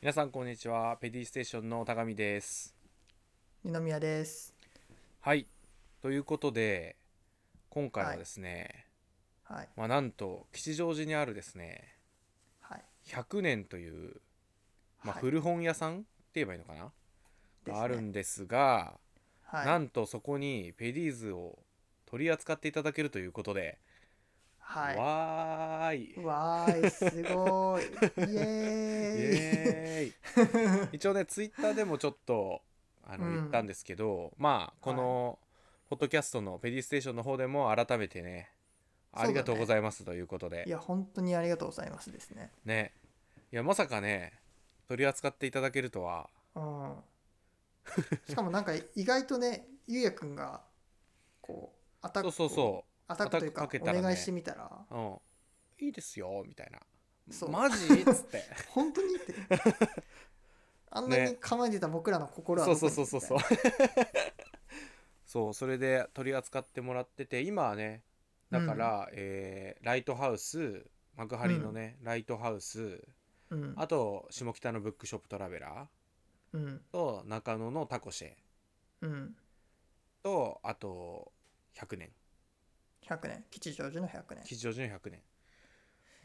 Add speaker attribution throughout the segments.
Speaker 1: 皆さんこんにちはペディステーションの高見です
Speaker 2: 二宮です。
Speaker 1: はいということで今回はですね、
Speaker 2: はい
Speaker 1: まあなんと吉祥寺にあるですね
Speaker 2: はい。
Speaker 1: 100年という、まあ、
Speaker 2: はい
Speaker 1: 古本屋さんって言えばいいのかな、
Speaker 2: で
Speaker 1: が
Speaker 2: すね
Speaker 1: あるんですが、
Speaker 2: はい。
Speaker 1: なんとそこにペディーズを取り扱っていただけるということで、
Speaker 2: は
Speaker 1: わーい
Speaker 2: い。わーい、す ごい。
Speaker 1: イ
Speaker 2: イエーイ。
Speaker 1: エ ーイ一応ねツイッターでもちょっとあの、
Speaker 2: うん
Speaker 1: 言ったんですけどまあこの、ポッドキャストの「ペディステーション」の方でも改めてね
Speaker 2: そうだ
Speaker 1: あ
Speaker 2: ね
Speaker 1: りがとうございますということで
Speaker 2: い
Speaker 1: ね
Speaker 2: や、本当にありがとうございますですね。
Speaker 1: いやまさかね取り扱っていただけるとは
Speaker 2: うん。しかもなんか意外とね、ゆうやくんが、こう、アタック
Speaker 1: そう
Speaker 2: を
Speaker 1: そうそう
Speaker 2: アタックという
Speaker 1: ア
Speaker 2: か
Speaker 1: タックかけたらね
Speaker 2: お願いしてみたら、
Speaker 1: うん、いいですよみたいな
Speaker 2: そう
Speaker 1: マジっつって
Speaker 2: 本当 にって。あんなに
Speaker 1: ね
Speaker 2: 構えてた僕らの心は
Speaker 1: そ
Speaker 2: ど
Speaker 1: う
Speaker 2: こ
Speaker 1: そう
Speaker 2: に
Speaker 1: そうそうそう そうそれで取り扱ってもらってて今はねだから、えーライトハウス幕張のね、ライトハウス
Speaker 2: みたいな
Speaker 1: あと下北のブックショップトラベラ
Speaker 2: うん。うん。
Speaker 1: ーと中野のタコシェ
Speaker 2: うん。
Speaker 1: とあと100年
Speaker 2: 100年。吉祥寺の100年。
Speaker 1: 吉祥寺の100年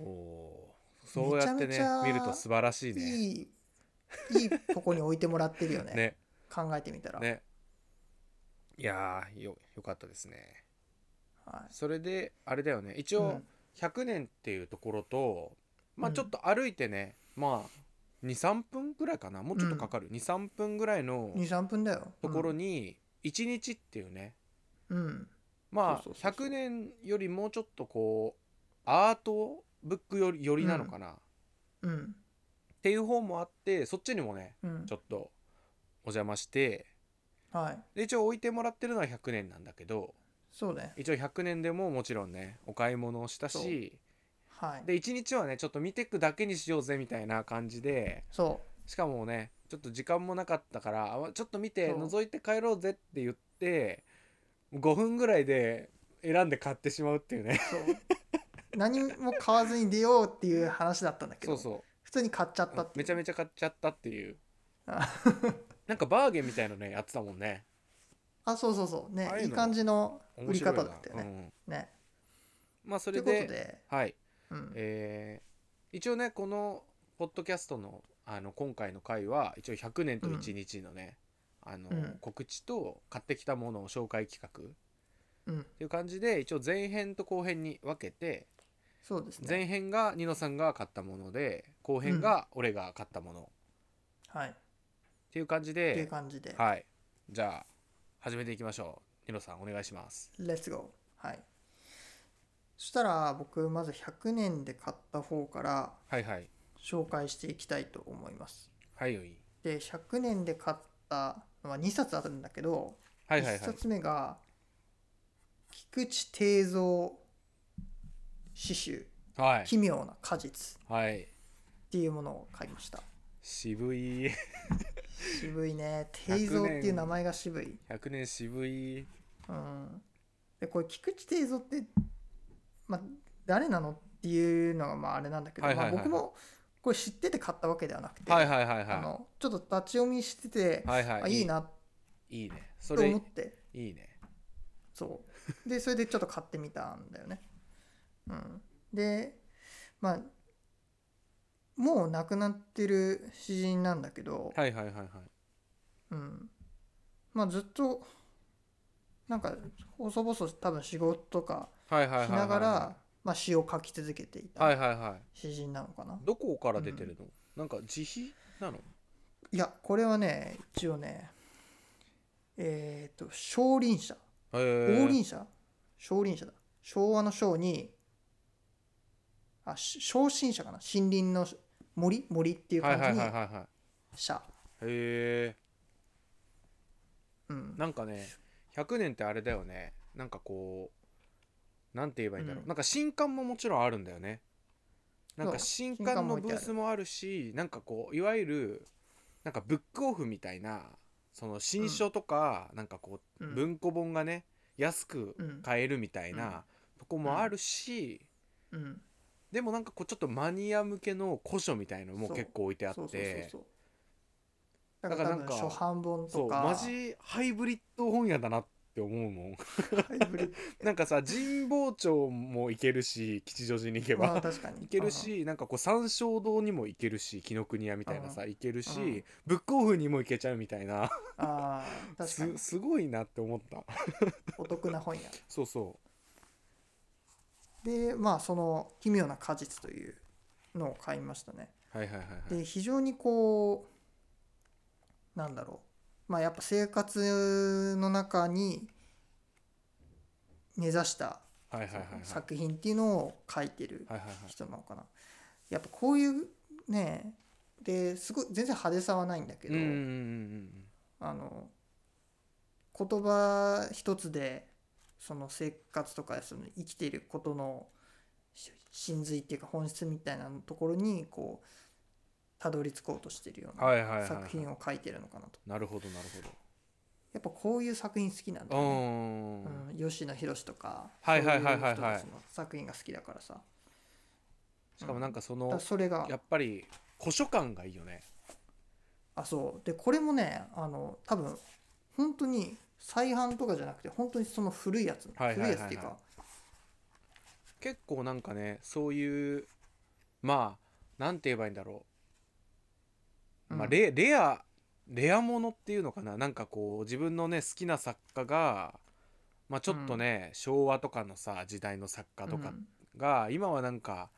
Speaker 1: おおーそうやって
Speaker 2: め
Speaker 1: ね
Speaker 2: ちゃめちゃ
Speaker 1: 見ると素晴らしいね
Speaker 2: いい、いいとこに置いてもらってるよ ね。
Speaker 1: ね
Speaker 2: 考えてみたら。
Speaker 1: ねいやーよよかったですね
Speaker 2: は
Speaker 1: それであれだよね一
Speaker 2: い。
Speaker 1: 応100年っていうところと、まあ
Speaker 2: うん
Speaker 1: ちょっと歩いてねまあ23分ぐらいかなもうちょっとかかる、23分ぐらいの
Speaker 2: うん、23分だよ
Speaker 1: ところに1日っていうね、
Speaker 2: うん、うん
Speaker 1: まあ
Speaker 2: そうそうそうそう
Speaker 1: 100年よりもうちょっとこうアートブックよりよりなのかな、っ
Speaker 2: うん
Speaker 1: ていう方もあってそっちにもね
Speaker 2: うん
Speaker 1: ちょっとお邪魔して
Speaker 2: はい
Speaker 1: で一応置いてもらってるのは100年なんだけど
Speaker 2: そうね
Speaker 1: 一応100年でももちろんねお買い物をしたし
Speaker 2: はい
Speaker 1: で1日はねちょっと見てくだけにしようぜみたいな感じで
Speaker 2: そ
Speaker 1: しかもねちょっと時間もなかったからあちょっと見て
Speaker 2: そう
Speaker 1: 覗いて帰ろうぜって言って5分ぐらいで選んで買ってしまうっていうね
Speaker 2: うそう 何も買わずに出ようっていう話だったんだけ
Speaker 1: そ
Speaker 2: ど
Speaker 1: うそう
Speaker 2: 普通に買っちゃったってい
Speaker 1: め
Speaker 2: う
Speaker 1: ちゃめちゃ買っちゃったっていう
Speaker 2: あ
Speaker 1: なんかバーゲンみたいなのねやってたもんね
Speaker 2: あそうそうそうね
Speaker 1: ああいう
Speaker 2: い
Speaker 1: の
Speaker 2: い感じの売
Speaker 1: 面
Speaker 2: り
Speaker 1: 白いな
Speaker 2: 方だったよねね
Speaker 1: うん、まあそ
Speaker 2: と
Speaker 1: れ
Speaker 2: いうこと
Speaker 1: で
Speaker 2: で、
Speaker 1: はい
Speaker 2: うん、
Speaker 1: えー一応ねこのポッドキャストのあの今回の回は一応100年と1日のね、あの
Speaker 2: うん
Speaker 1: 告知と買ってきたものを紹介企画っ
Speaker 2: うん
Speaker 1: ていう感じで一応前編と後編に分けて
Speaker 2: そうですね
Speaker 1: 前編がニノさんが買ったもので後編が俺が買ったものっ
Speaker 2: はい
Speaker 1: ていう感じ
Speaker 2: という
Speaker 1: で、
Speaker 2: 感じで、
Speaker 1: はいじゃあ始めていきましょうニノさんお願いします
Speaker 2: レッツゴーはいそしたら僕まず100年で買った方から
Speaker 1: はいはい
Speaker 2: 紹介していきたいと思います
Speaker 1: はいよい
Speaker 2: で100年で買ったのは2冊あるんだけど、
Speaker 1: は
Speaker 2: 一
Speaker 1: いはい
Speaker 2: 1
Speaker 1: はい
Speaker 2: 冊目が菊池定蔵詩集
Speaker 1: は
Speaker 2: 「
Speaker 1: い
Speaker 2: 奇妙な果実」
Speaker 1: はい
Speaker 2: っていうものを買いました
Speaker 1: 渋い
Speaker 2: 渋いね定蔵っていう名前が渋い、
Speaker 1: 100年渋い
Speaker 2: うん、でこれ菊池定蔵って、まあ、誰なのっていうのがまああれなんだけど、
Speaker 1: はいはいはい
Speaker 2: まあ、僕もこれ知ってて買ったわけではなくて、
Speaker 1: はいはいはいはい
Speaker 2: あのちょっと立ち読みしてて、
Speaker 1: はいはい
Speaker 2: あいいな
Speaker 1: ないいねそ
Speaker 2: と
Speaker 1: れ
Speaker 2: 思って。
Speaker 1: いいね
Speaker 2: そうでそれでちょっと買ってみたんだよね、うん、でまあもう亡くなってる詩人なんだけど、
Speaker 1: はいはいはいはい
Speaker 2: うん、まあずっとなんか細々多分仕事とか
Speaker 1: はい
Speaker 2: し
Speaker 1: はいはいはい
Speaker 2: ながらまあ詩を書き続けてい
Speaker 1: はい
Speaker 2: た
Speaker 1: はいは
Speaker 2: 詩人なのかな、
Speaker 1: いどこから出てるの、なんか自費なの
Speaker 2: い、やこれはね一応ねえっ、と少林社
Speaker 1: へ
Speaker 2: 王
Speaker 1: ー
Speaker 2: 林社少林社だ昭和の章にあし昇進社かな森林の森森っていう
Speaker 1: はいはいは
Speaker 2: 感
Speaker 1: い
Speaker 2: じ
Speaker 1: はい
Speaker 2: に
Speaker 1: は
Speaker 2: 社
Speaker 1: いへえ
Speaker 2: うん
Speaker 1: なんかね100年ってあれだよねなんかこうなんて言えばいいんだろう、
Speaker 2: うん
Speaker 1: なんか新刊ももちろんあるんだよねなんか
Speaker 2: そう
Speaker 1: 新
Speaker 2: 新
Speaker 1: 刊
Speaker 2: 刊も
Speaker 1: の
Speaker 2: 置い
Speaker 1: ブ
Speaker 2: てあ
Speaker 1: ー
Speaker 2: る
Speaker 1: スもあるしなんかこういわゆるなんかブックオフみたいなその新書とか、なんかこう
Speaker 2: うん
Speaker 1: 文庫本がね安く
Speaker 2: うん
Speaker 1: 買えるみたいな、
Speaker 2: うん
Speaker 1: とこもあるし、
Speaker 2: うん
Speaker 1: でもなんかこうちょっとマニア向けの古書みたいのも
Speaker 2: そう
Speaker 1: 結構置いてあ
Speaker 2: そう
Speaker 1: っ
Speaker 2: そうそう
Speaker 1: て
Speaker 2: そうだから
Speaker 1: だから
Speaker 2: 多
Speaker 1: なん
Speaker 2: 分
Speaker 1: か
Speaker 2: 初版本
Speaker 1: そ
Speaker 2: と
Speaker 1: う
Speaker 2: か
Speaker 1: マジハイブリッド本屋だなって思うもん
Speaker 2: ハイブリッ
Speaker 1: なんかさ神保町も行けるし吉祥寺に行け
Speaker 2: ドまあ
Speaker 1: ば
Speaker 2: 確かに
Speaker 1: 行けるしなんかこう三省堂にも行けるし紀ノ国屋みたいなさ行ける
Speaker 2: うん
Speaker 1: しブックオフにも行けちゃうみたいな
Speaker 2: ああ確か
Speaker 1: す
Speaker 2: に
Speaker 1: すごいなって思った
Speaker 2: お得な本屋
Speaker 1: そうそ
Speaker 2: でまあその「奇妙な果実」というのを買いましたね
Speaker 1: うはいはいはいはい
Speaker 2: で非常にこうなんだろうまあやっぱ生活の中に根ざした
Speaker 1: はいはいはいはい
Speaker 2: 作品っていうのを書いてる
Speaker 1: はいはいはい
Speaker 2: 人なのかなやっぱこういうねですごい全然派手さはないんだけ
Speaker 1: う
Speaker 2: ど
Speaker 1: んうんうんうん
Speaker 2: あの言葉一つでその生活とかその生きていることのし真髄っていうか本質みたいなところにこうたどり着こうとしてるよう
Speaker 1: はいはいはいは
Speaker 2: ない作品を書いてるのかなと
Speaker 1: なるほどなるほど
Speaker 2: やっぱこういう作品好きなんだ
Speaker 1: う
Speaker 2: よね、
Speaker 1: ん
Speaker 2: うん、吉野博とか
Speaker 1: はいはいはいはいはい
Speaker 2: そうう人たちの作品が好きだからさ
Speaker 1: しかもなんかそ
Speaker 2: だから
Speaker 1: の
Speaker 2: それが
Speaker 1: やっぱり古書感がいいよね
Speaker 2: あそうでこれもねあの多分本当に再販とかじゃなくて本当にその古いやつ、
Speaker 1: はいはいはいはい
Speaker 2: 古いやつっていうか
Speaker 1: 結構なんかねそういうまあなんて言えばいいんだろう、まあ、
Speaker 2: うん
Speaker 1: レレアレアものっていうのかななんかこう自分のね好きな作家がまあちょっとね、昭和とかのさ時代の作家とかが、今はなんか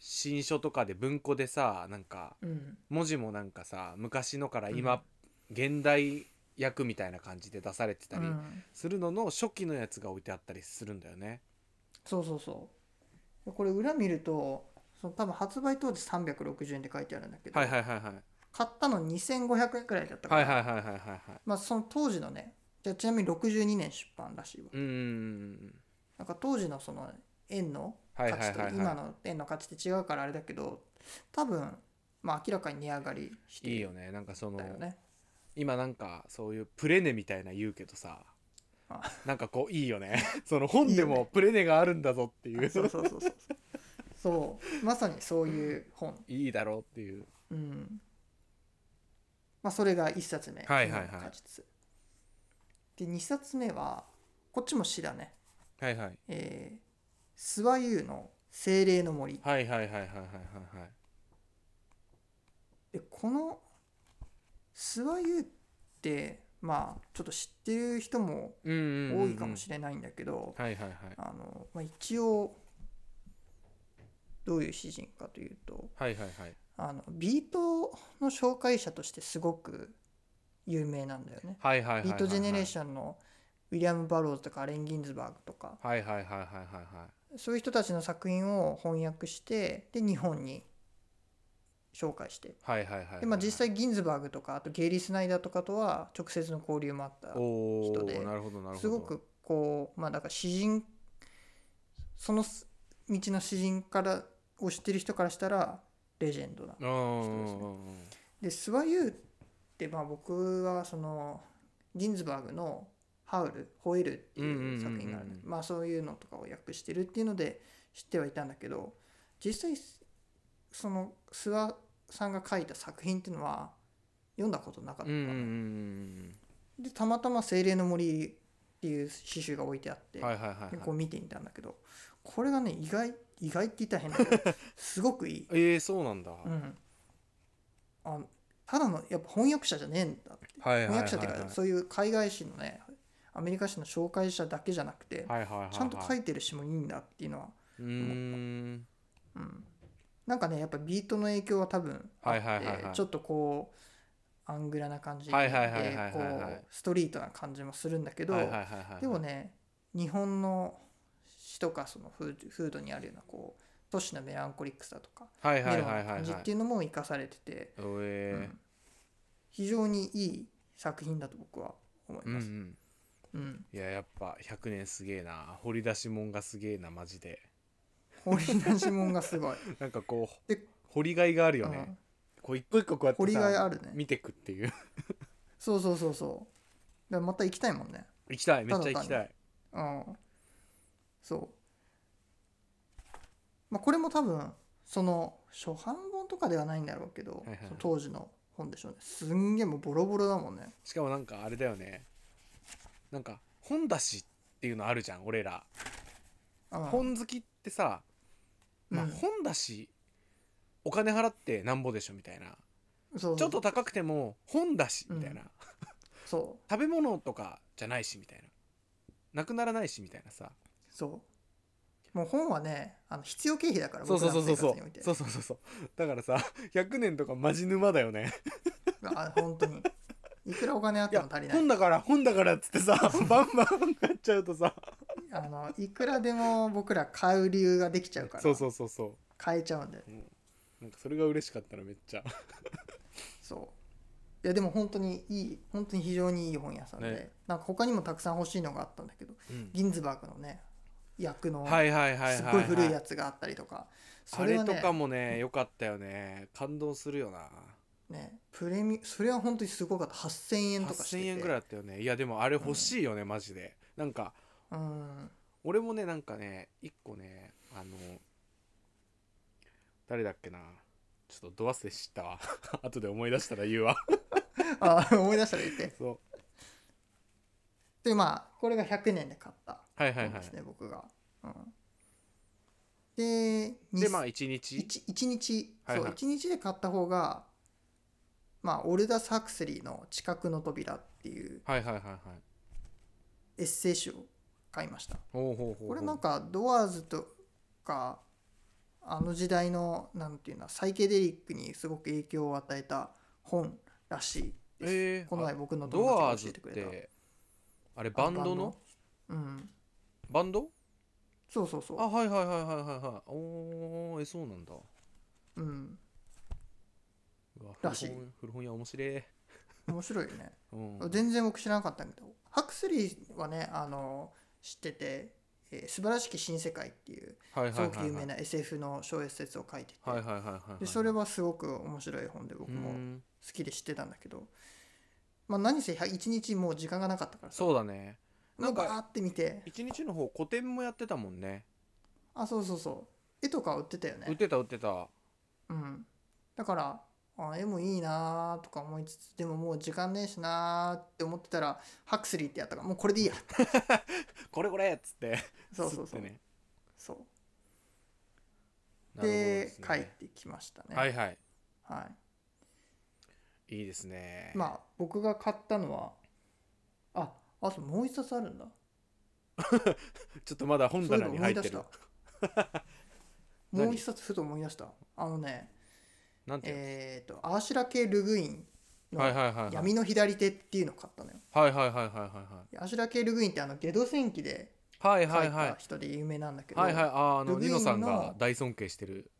Speaker 1: 新書とかで文庫でさなんか
Speaker 2: うんうん
Speaker 1: 文字もなんかさ昔のから今、現代訳みたいな感じで出されてたり
Speaker 2: うん
Speaker 1: するのの初期のやつが置いてあったりするんだよね。
Speaker 2: そうそうそうでこれ裏見るとその多分発売当時360円で書いてあるんだけど、
Speaker 1: はいはいはいはい
Speaker 2: 買ったの2500円くらいだったか
Speaker 1: はい
Speaker 2: ら、
Speaker 1: はいはいはいはいはい。
Speaker 2: まあ、その当時のねじゃあちなみに62年出版らしいわ、
Speaker 1: うーん
Speaker 2: なんか当時のその円の価値と
Speaker 1: はいはいはいはい
Speaker 2: 今の円の価値って違うからあれだけど多分まあ明らかに値上がりして
Speaker 1: いい
Speaker 2: る
Speaker 1: よねなんかそ
Speaker 2: ん
Speaker 1: の
Speaker 2: だよね
Speaker 1: 今なんかそういうプレネみたいな言うけどさ
Speaker 2: あ
Speaker 1: なんかこういいよ ねその本でもプレネがあるんだぞっていう
Speaker 2: そうそうそうそうそうそうまさにそういう本
Speaker 1: いいだろうっていう
Speaker 2: うんまあそれが1冊目「
Speaker 1: はいはいはい
Speaker 2: 奇妙な果実」で2冊目はこっちも詩だね
Speaker 1: はいはい
Speaker 2: えー、諏訪優の「精霊の森
Speaker 1: はいはいはいはいはいはいはい」
Speaker 2: でこの諏訪優ってまあちょっと知ってる人も
Speaker 1: うんうんうんう
Speaker 2: 多
Speaker 1: ん
Speaker 2: いかもしれないんだけど、
Speaker 1: はいはいはい
Speaker 2: あのまあ、一応どういう詩人かというと
Speaker 1: はいはいはい
Speaker 2: あのビートの紹介者としてすごく有名なんだよね。
Speaker 1: はいはいはいはいはい
Speaker 2: ビートジェネレーションのウィリアム・バローズとかアレン・ギンズバーグとか
Speaker 1: はいはいはいはいはいは
Speaker 2: そういう人たちの作品を翻訳してで日本に紹介して
Speaker 1: いはいはいはいはい
Speaker 2: で、まあ、実際ギンズバーグとかあとゲイリー・スナイダーとかとは直接の交流もあった
Speaker 1: お
Speaker 2: 人
Speaker 1: お
Speaker 2: で
Speaker 1: なるほどなるほど
Speaker 2: すごくこうまあだから詩人そのす道の詩人からを知ってる人からしたらレジェンドな
Speaker 1: うんうんう
Speaker 2: 人です
Speaker 1: ん
Speaker 2: ね
Speaker 1: うん
Speaker 2: で諏訪優ってまあ僕はそのギンズバーグの「ハウル」「ホイール」っていう作品がある
Speaker 1: うんうんうんうん
Speaker 2: ねまあそういうのとかを訳してるっていうので知ってはいたんだけど実際その諏訪さんが書いた作品っていうのは読んだことなかった
Speaker 1: う
Speaker 2: の
Speaker 1: んうんうん
Speaker 2: でたまたま「精霊の森」っていう詩集が置いてあって、
Speaker 1: うんはいはいはい
Speaker 2: で
Speaker 1: は
Speaker 2: こ
Speaker 1: いう
Speaker 2: 見てみたんだけどこれがね意外意外って言ったら変だけ どすごくいい。
Speaker 1: えー、そうなんだ、
Speaker 2: うん、あただのやっぱ翻訳者じゃねえんだって
Speaker 1: はいはいはいはい
Speaker 2: 翻訳者っていうかそういう海外誌のねアメリカ誌の紹介者だけじゃなくて
Speaker 1: はいはいはいはい
Speaker 2: ちゃんと書
Speaker 1: い
Speaker 2: いてる詩もいいんだっていうのは、
Speaker 1: うーん
Speaker 2: うん、なんかねやっぱビートの影響は多分あ
Speaker 1: は
Speaker 2: っ
Speaker 1: いはいはい
Speaker 2: て
Speaker 1: はい
Speaker 2: ちょっとこうアングラな感じで
Speaker 1: はいはいはいはいはい
Speaker 2: こ
Speaker 1: はいう
Speaker 2: ストリートな感じもするんだけど
Speaker 1: はいはいはいはいはい
Speaker 2: でもね日本の詩とかそのフーフードにあるようなこう都市のメランコリックさとか
Speaker 1: はい
Speaker 2: メ
Speaker 1: はい
Speaker 2: ロン
Speaker 1: は
Speaker 2: な
Speaker 1: は
Speaker 2: い
Speaker 1: いは
Speaker 2: 感
Speaker 1: い
Speaker 2: じっていうのも生かされてて。
Speaker 1: う
Speaker 2: う
Speaker 1: え
Speaker 2: ん非常にいい作品だと僕は思い
Speaker 1: ーうんう
Speaker 2: ます。
Speaker 1: ん
Speaker 2: うん
Speaker 1: いややっぱ100年すげえな掘り出しもんがすげえなマジで
Speaker 2: 掘り出し物がすごい。
Speaker 1: なんかこう
Speaker 2: で
Speaker 1: 掘りがいがあるよ
Speaker 2: う
Speaker 1: ね、
Speaker 2: ん
Speaker 1: こう一個一個こうや
Speaker 2: 掘
Speaker 1: って
Speaker 2: りがい
Speaker 1: さ
Speaker 2: あるね。
Speaker 1: 見てくっていう
Speaker 2: そうそうそうそう。だからまた行きたいもんね。
Speaker 1: 行きたいめっちゃ行き
Speaker 2: た
Speaker 1: た
Speaker 2: だ
Speaker 1: い
Speaker 2: うん。そう。まあこれも多分その初版本とかではないんだろうけど、
Speaker 1: いはいはい
Speaker 2: その当時の本でしょうねすんげえもうボロボロだもんね
Speaker 1: しかもなんかあれだよねなんか本出しっていうのあるじゃん俺ら、
Speaker 2: うん
Speaker 1: 本好きってさ、まあ、
Speaker 2: うん
Speaker 1: 本出しお金払ってなんぼでしょみたいな、
Speaker 2: そう
Speaker 1: ちょっと高くても本だし
Speaker 2: うん
Speaker 1: みたいな、
Speaker 2: そう
Speaker 1: 食べ物とかじゃないしみたいななくならないしみたいなさ
Speaker 2: そうもう本はねあの必要経費だから
Speaker 1: そう
Speaker 2: 僕
Speaker 1: そう
Speaker 2: ら
Speaker 1: そ
Speaker 2: の
Speaker 1: うそ
Speaker 2: 生
Speaker 1: うそう
Speaker 2: 活において
Speaker 1: そうそうそうだからさ100年とかマジ沼だよね
Speaker 2: あ本当にいくらお金あっ
Speaker 1: い
Speaker 2: ても
Speaker 1: や
Speaker 2: 足りない
Speaker 1: 本だから本だからっつって さバンバン買っちゃうとさ
Speaker 2: あのいくらでも僕ら買う理由ができちゃうから
Speaker 1: そうそうそうそ
Speaker 2: 買えちゃうんだよ
Speaker 1: う、うんなんかそれが嬉しかったらめっちゃ
Speaker 2: そういやでも本当にいい本当に非常にいい本屋さんで、
Speaker 1: ね
Speaker 2: なんか他にもたくさん欲しいのがあったんだけどギンズバーグのね役の
Speaker 1: はいはいはいはい、はい、
Speaker 2: すっごい古いやつがあったりとかそ
Speaker 1: あ
Speaker 2: れ
Speaker 1: れ
Speaker 2: は
Speaker 1: と
Speaker 2: ね
Speaker 1: かもね良かったよね感動するよな
Speaker 2: ねプレミそれは本当にすごかった8000円とかして
Speaker 1: 8000
Speaker 2: て
Speaker 1: 円ぐらいだったよねいやでもあれ欲しいよね、マジでなんか
Speaker 2: うん
Speaker 1: 俺もねなんかね一個ねあの誰だっけなちょっとド忘れしたわ 後で思い出したら言うわ
Speaker 2: あ思い出したら言って
Speaker 1: そう
Speaker 2: でまあこれが100年で買った
Speaker 1: はいはい
Speaker 2: 本
Speaker 1: は
Speaker 2: ですね、
Speaker 1: い
Speaker 2: 僕が、うん、で
Speaker 1: でまあ
Speaker 2: 1
Speaker 1: 1日
Speaker 2: 日、
Speaker 1: はいはい
Speaker 2: そう一日で買った方がまあオルダス・ハクセリーの「知覚の扉」っていう
Speaker 1: はいはいはいはい
Speaker 2: エッセイ集を買いました
Speaker 1: ほうほうほうほう
Speaker 2: これなんかドアーズとかあの時代のなんていうのサイケデリックにすごく影響を与えた本らしいです、
Speaker 1: えー
Speaker 2: この前僕の友
Speaker 1: ドアーズ
Speaker 2: 達が
Speaker 1: っ
Speaker 2: 教えてくれた
Speaker 1: てあれバンドの
Speaker 2: あバンドうん
Speaker 1: バンド
Speaker 2: そうそうそう
Speaker 1: あはいはいはいはいはいはいおーえそうなんだ
Speaker 2: うん
Speaker 1: うわ
Speaker 2: らしい
Speaker 1: 古本古本屋面白い、
Speaker 2: 面白いよね
Speaker 1: うん、
Speaker 2: 全然僕知らなかったんだけどハクスリーはねあの知ってて、えー素晴らしき新世界」っていう
Speaker 1: はいはい
Speaker 2: す
Speaker 1: はい
Speaker 2: ご
Speaker 1: は
Speaker 2: く
Speaker 1: い
Speaker 2: 有名な SF の小説を書いてて、
Speaker 1: はいはいはいはいはい
Speaker 2: でそれはすごく面白い本で僕も
Speaker 1: うん
Speaker 2: 好きで知ってたんだけど、まあ、何せ1日もう時間がなかったから
Speaker 1: そうだね
Speaker 2: な
Speaker 1: なんん
Speaker 2: か
Speaker 1: か
Speaker 2: バーって見て
Speaker 1: 一日の方個展もやってたもんね
Speaker 2: あそうそうそう絵とか売ってたよ
Speaker 1: 売っ
Speaker 2: ね
Speaker 1: てた売ってた
Speaker 2: うんだからあ絵もいいなーとか思いつつでももう時間ねえしなーって思ってたらハクスリーってやったからもうこれでいいや
Speaker 1: これこれっつって
Speaker 2: そうそう
Speaker 1: つ
Speaker 2: そ
Speaker 1: っ
Speaker 2: う、
Speaker 1: てね
Speaker 2: そう
Speaker 1: なるほど
Speaker 2: です
Speaker 1: ね
Speaker 2: 帰ってきましたね
Speaker 1: はいはい
Speaker 2: はい
Speaker 1: いいですね
Speaker 2: まあ僕が買ったのはああともう一冊あるんだ
Speaker 1: ちょっとまだ本
Speaker 2: そういえ
Speaker 1: 棚
Speaker 2: ば思
Speaker 1: に
Speaker 2: い
Speaker 1: 入っ
Speaker 2: 出
Speaker 1: て
Speaker 2: した
Speaker 1: る 何
Speaker 2: もう一冊ふと思い出したあのね
Speaker 1: なんていうの
Speaker 2: えっ、とアーシュラ系ルグインの
Speaker 1: はいはいはいはい
Speaker 2: 闇の左手っていうのを買ったのよ、
Speaker 1: はいはいはいはいはい
Speaker 2: アシュラ系ルグインってあのゲド戦記で
Speaker 1: はい
Speaker 2: 書
Speaker 1: はいいはい
Speaker 2: た人で有名なんだけど、
Speaker 1: はいはいあーあ
Speaker 2: ル
Speaker 1: の
Speaker 2: グイ
Speaker 1: ニノ
Speaker 2: ンの
Speaker 1: さんが大尊敬してる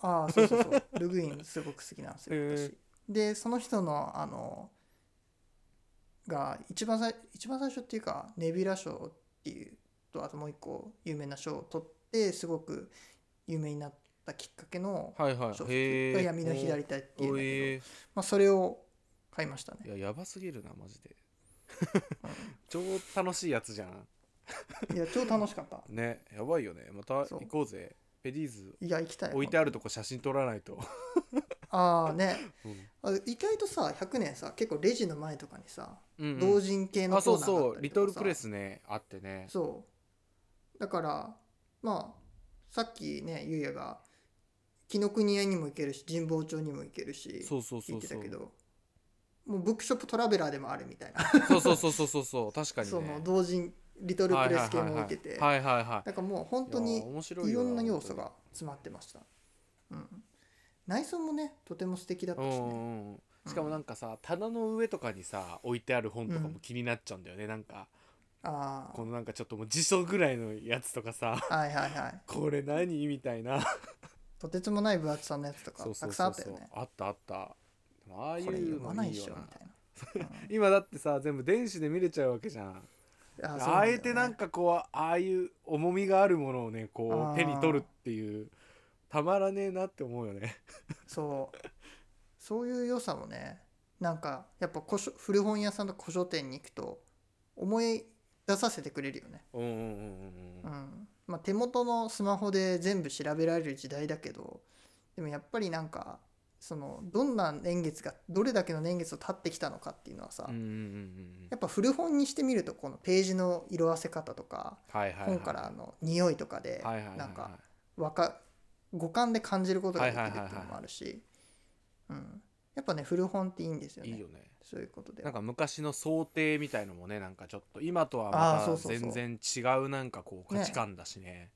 Speaker 2: ああそうそうそうルグインすごく好きなんですよ
Speaker 1: へえ
Speaker 2: 私でその人のあのが一番最一番最初っていうかネビュラ賞っていうとあともう一個有名な賞を取ってすごく有名になったきっかけの
Speaker 1: はいはい
Speaker 2: 小説
Speaker 1: へ
Speaker 2: が
Speaker 1: え
Speaker 2: 闇の左手っていうんだけど、
Speaker 1: え
Speaker 2: まあ、それを買いましたね
Speaker 1: いややばすぎるなマジで
Speaker 2: うん
Speaker 1: 超楽しいやつじゃん
Speaker 2: いや超楽しかった
Speaker 1: ねやばいよねまた
Speaker 2: そう
Speaker 1: 行こうぜペディーズ
Speaker 2: いや行きたい
Speaker 1: 置いてあるとこ写真撮らないと、
Speaker 2: ああね
Speaker 1: うん
Speaker 2: あ意外とさ100年さ結構レジの前とかにさ、
Speaker 1: うんうん
Speaker 2: 同人系の
Speaker 1: あそ
Speaker 2: コー
Speaker 1: う
Speaker 2: ナーがあ
Speaker 1: そ
Speaker 2: っ
Speaker 1: う
Speaker 2: た
Speaker 1: リ
Speaker 2: り
Speaker 1: トル
Speaker 2: とかさ
Speaker 1: プレスねあってね
Speaker 2: そうだからまあさっきねゆうやが紀ノ国屋にも行けるし神保町にも行けるし
Speaker 1: そうそうそ
Speaker 2: 言っ
Speaker 1: う
Speaker 2: て
Speaker 1: そ
Speaker 2: た
Speaker 1: う
Speaker 2: けどもうブックショップトラベラーでもあるみたいな、
Speaker 1: そうそうそうそうそうそう 確かにね
Speaker 2: その同人リトルプレス系も置いてて、
Speaker 1: はいはいはいはい
Speaker 2: だからもう本
Speaker 1: い
Speaker 2: 当
Speaker 1: や
Speaker 2: に
Speaker 1: 面白
Speaker 2: いろ
Speaker 1: よ
Speaker 2: んな要素が詰まってました、うん、内装もねとても素敵だった
Speaker 1: う
Speaker 2: し
Speaker 1: ん
Speaker 2: ね
Speaker 1: うんうんしかもなんかさ棚の上とかにさ置いてある本とか
Speaker 2: う
Speaker 1: も
Speaker 2: ん
Speaker 1: 気になっちゃうんだよね、なんか
Speaker 2: あ
Speaker 1: このなんかちょっともう辞書ぐらいのやつとかさ
Speaker 2: あはいはいはい
Speaker 1: これ何みたいな
Speaker 2: とてつもない分厚さのやつとか
Speaker 1: そう
Speaker 2: た
Speaker 1: そう
Speaker 2: くさん
Speaker 1: そう
Speaker 2: あった
Speaker 1: そ
Speaker 2: よ
Speaker 1: う
Speaker 2: ね
Speaker 1: あったあったでもああい
Speaker 2: これ
Speaker 1: う
Speaker 2: 読ま
Speaker 1: の
Speaker 2: ないいっ
Speaker 1: いよ
Speaker 2: しょ
Speaker 1: な
Speaker 2: みた いな、うん
Speaker 1: 今だってさ全部電子で見れちゃうわけじゃん
Speaker 2: あそう
Speaker 1: あえてなん
Speaker 2: か
Speaker 1: かこうああいう重みがあるものをねこ
Speaker 2: あー
Speaker 1: う手に取るっていうたまらねえなって思うよね
Speaker 2: そうそういう良さもねなんかやっぱ古書古本屋さんと古書店に行くと思い出させてくれるよね、
Speaker 1: うんうんうんうん
Speaker 2: う
Speaker 1: うん
Speaker 2: んまあ、手元のスマホで全部調べられる時代だけどでもやっぱりなんかそのどんな年月がどれだけの年月を経ってきたのかっていうのはさ、
Speaker 1: うんうんうんうん
Speaker 2: やっぱ古本にしてみるとこのページの色あせ方とか
Speaker 1: はいはいはい
Speaker 2: 本からの匂いとかで
Speaker 1: はいはいはいはい
Speaker 2: なんかわか五感で感じることができるっていうのもあるし、うん、やっぱね古本っていいんですよね
Speaker 1: いいよね
Speaker 2: そういうことで
Speaker 1: なんか昔の想定みたいのもねなんかちょっと今とは
Speaker 2: あー
Speaker 1: ま
Speaker 2: そ
Speaker 1: た
Speaker 2: うそうそう
Speaker 1: 全然違うなんかこう価値観だしね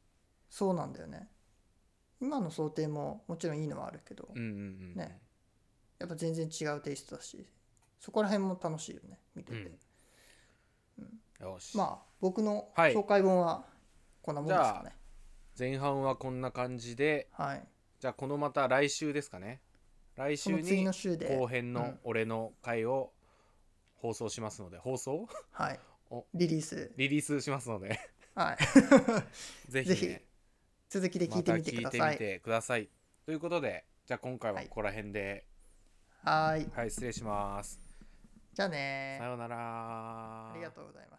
Speaker 2: そうなんだよね今の想定ももちろんいいのはあるけど、
Speaker 1: うんうんうん
Speaker 2: ねやっぱ全然違うテイストだしそこら辺も楽しいよね見てて、
Speaker 1: うんよし、
Speaker 2: まあ僕の
Speaker 1: はい
Speaker 2: 紹介本はこんなもんですかね
Speaker 1: 前半はこんな感じで
Speaker 2: はい
Speaker 1: じゃあこのまた来週ですかね来
Speaker 2: そ
Speaker 1: 週
Speaker 2: の次
Speaker 1: に
Speaker 2: の週で
Speaker 1: 後編
Speaker 2: う
Speaker 1: の
Speaker 2: ん
Speaker 1: 俺の回を放送しますので、放送
Speaker 2: はい
Speaker 1: お
Speaker 2: リリース
Speaker 1: リリースしますの で
Speaker 2: はい
Speaker 1: ぜひ,、
Speaker 2: ぜ
Speaker 1: ね、
Speaker 2: ひ続きで聞
Speaker 1: ま
Speaker 2: いて
Speaker 1: た
Speaker 2: みて
Speaker 1: 聞
Speaker 2: く
Speaker 1: い
Speaker 2: だ
Speaker 1: て
Speaker 2: さ
Speaker 1: み
Speaker 2: い
Speaker 1: てくださいということでじゃあ今回は
Speaker 2: は
Speaker 1: こ
Speaker 2: い
Speaker 1: こら辺で
Speaker 2: はい
Speaker 1: はい、失礼します
Speaker 2: じゃあね
Speaker 1: さようなら
Speaker 2: ありがとうございま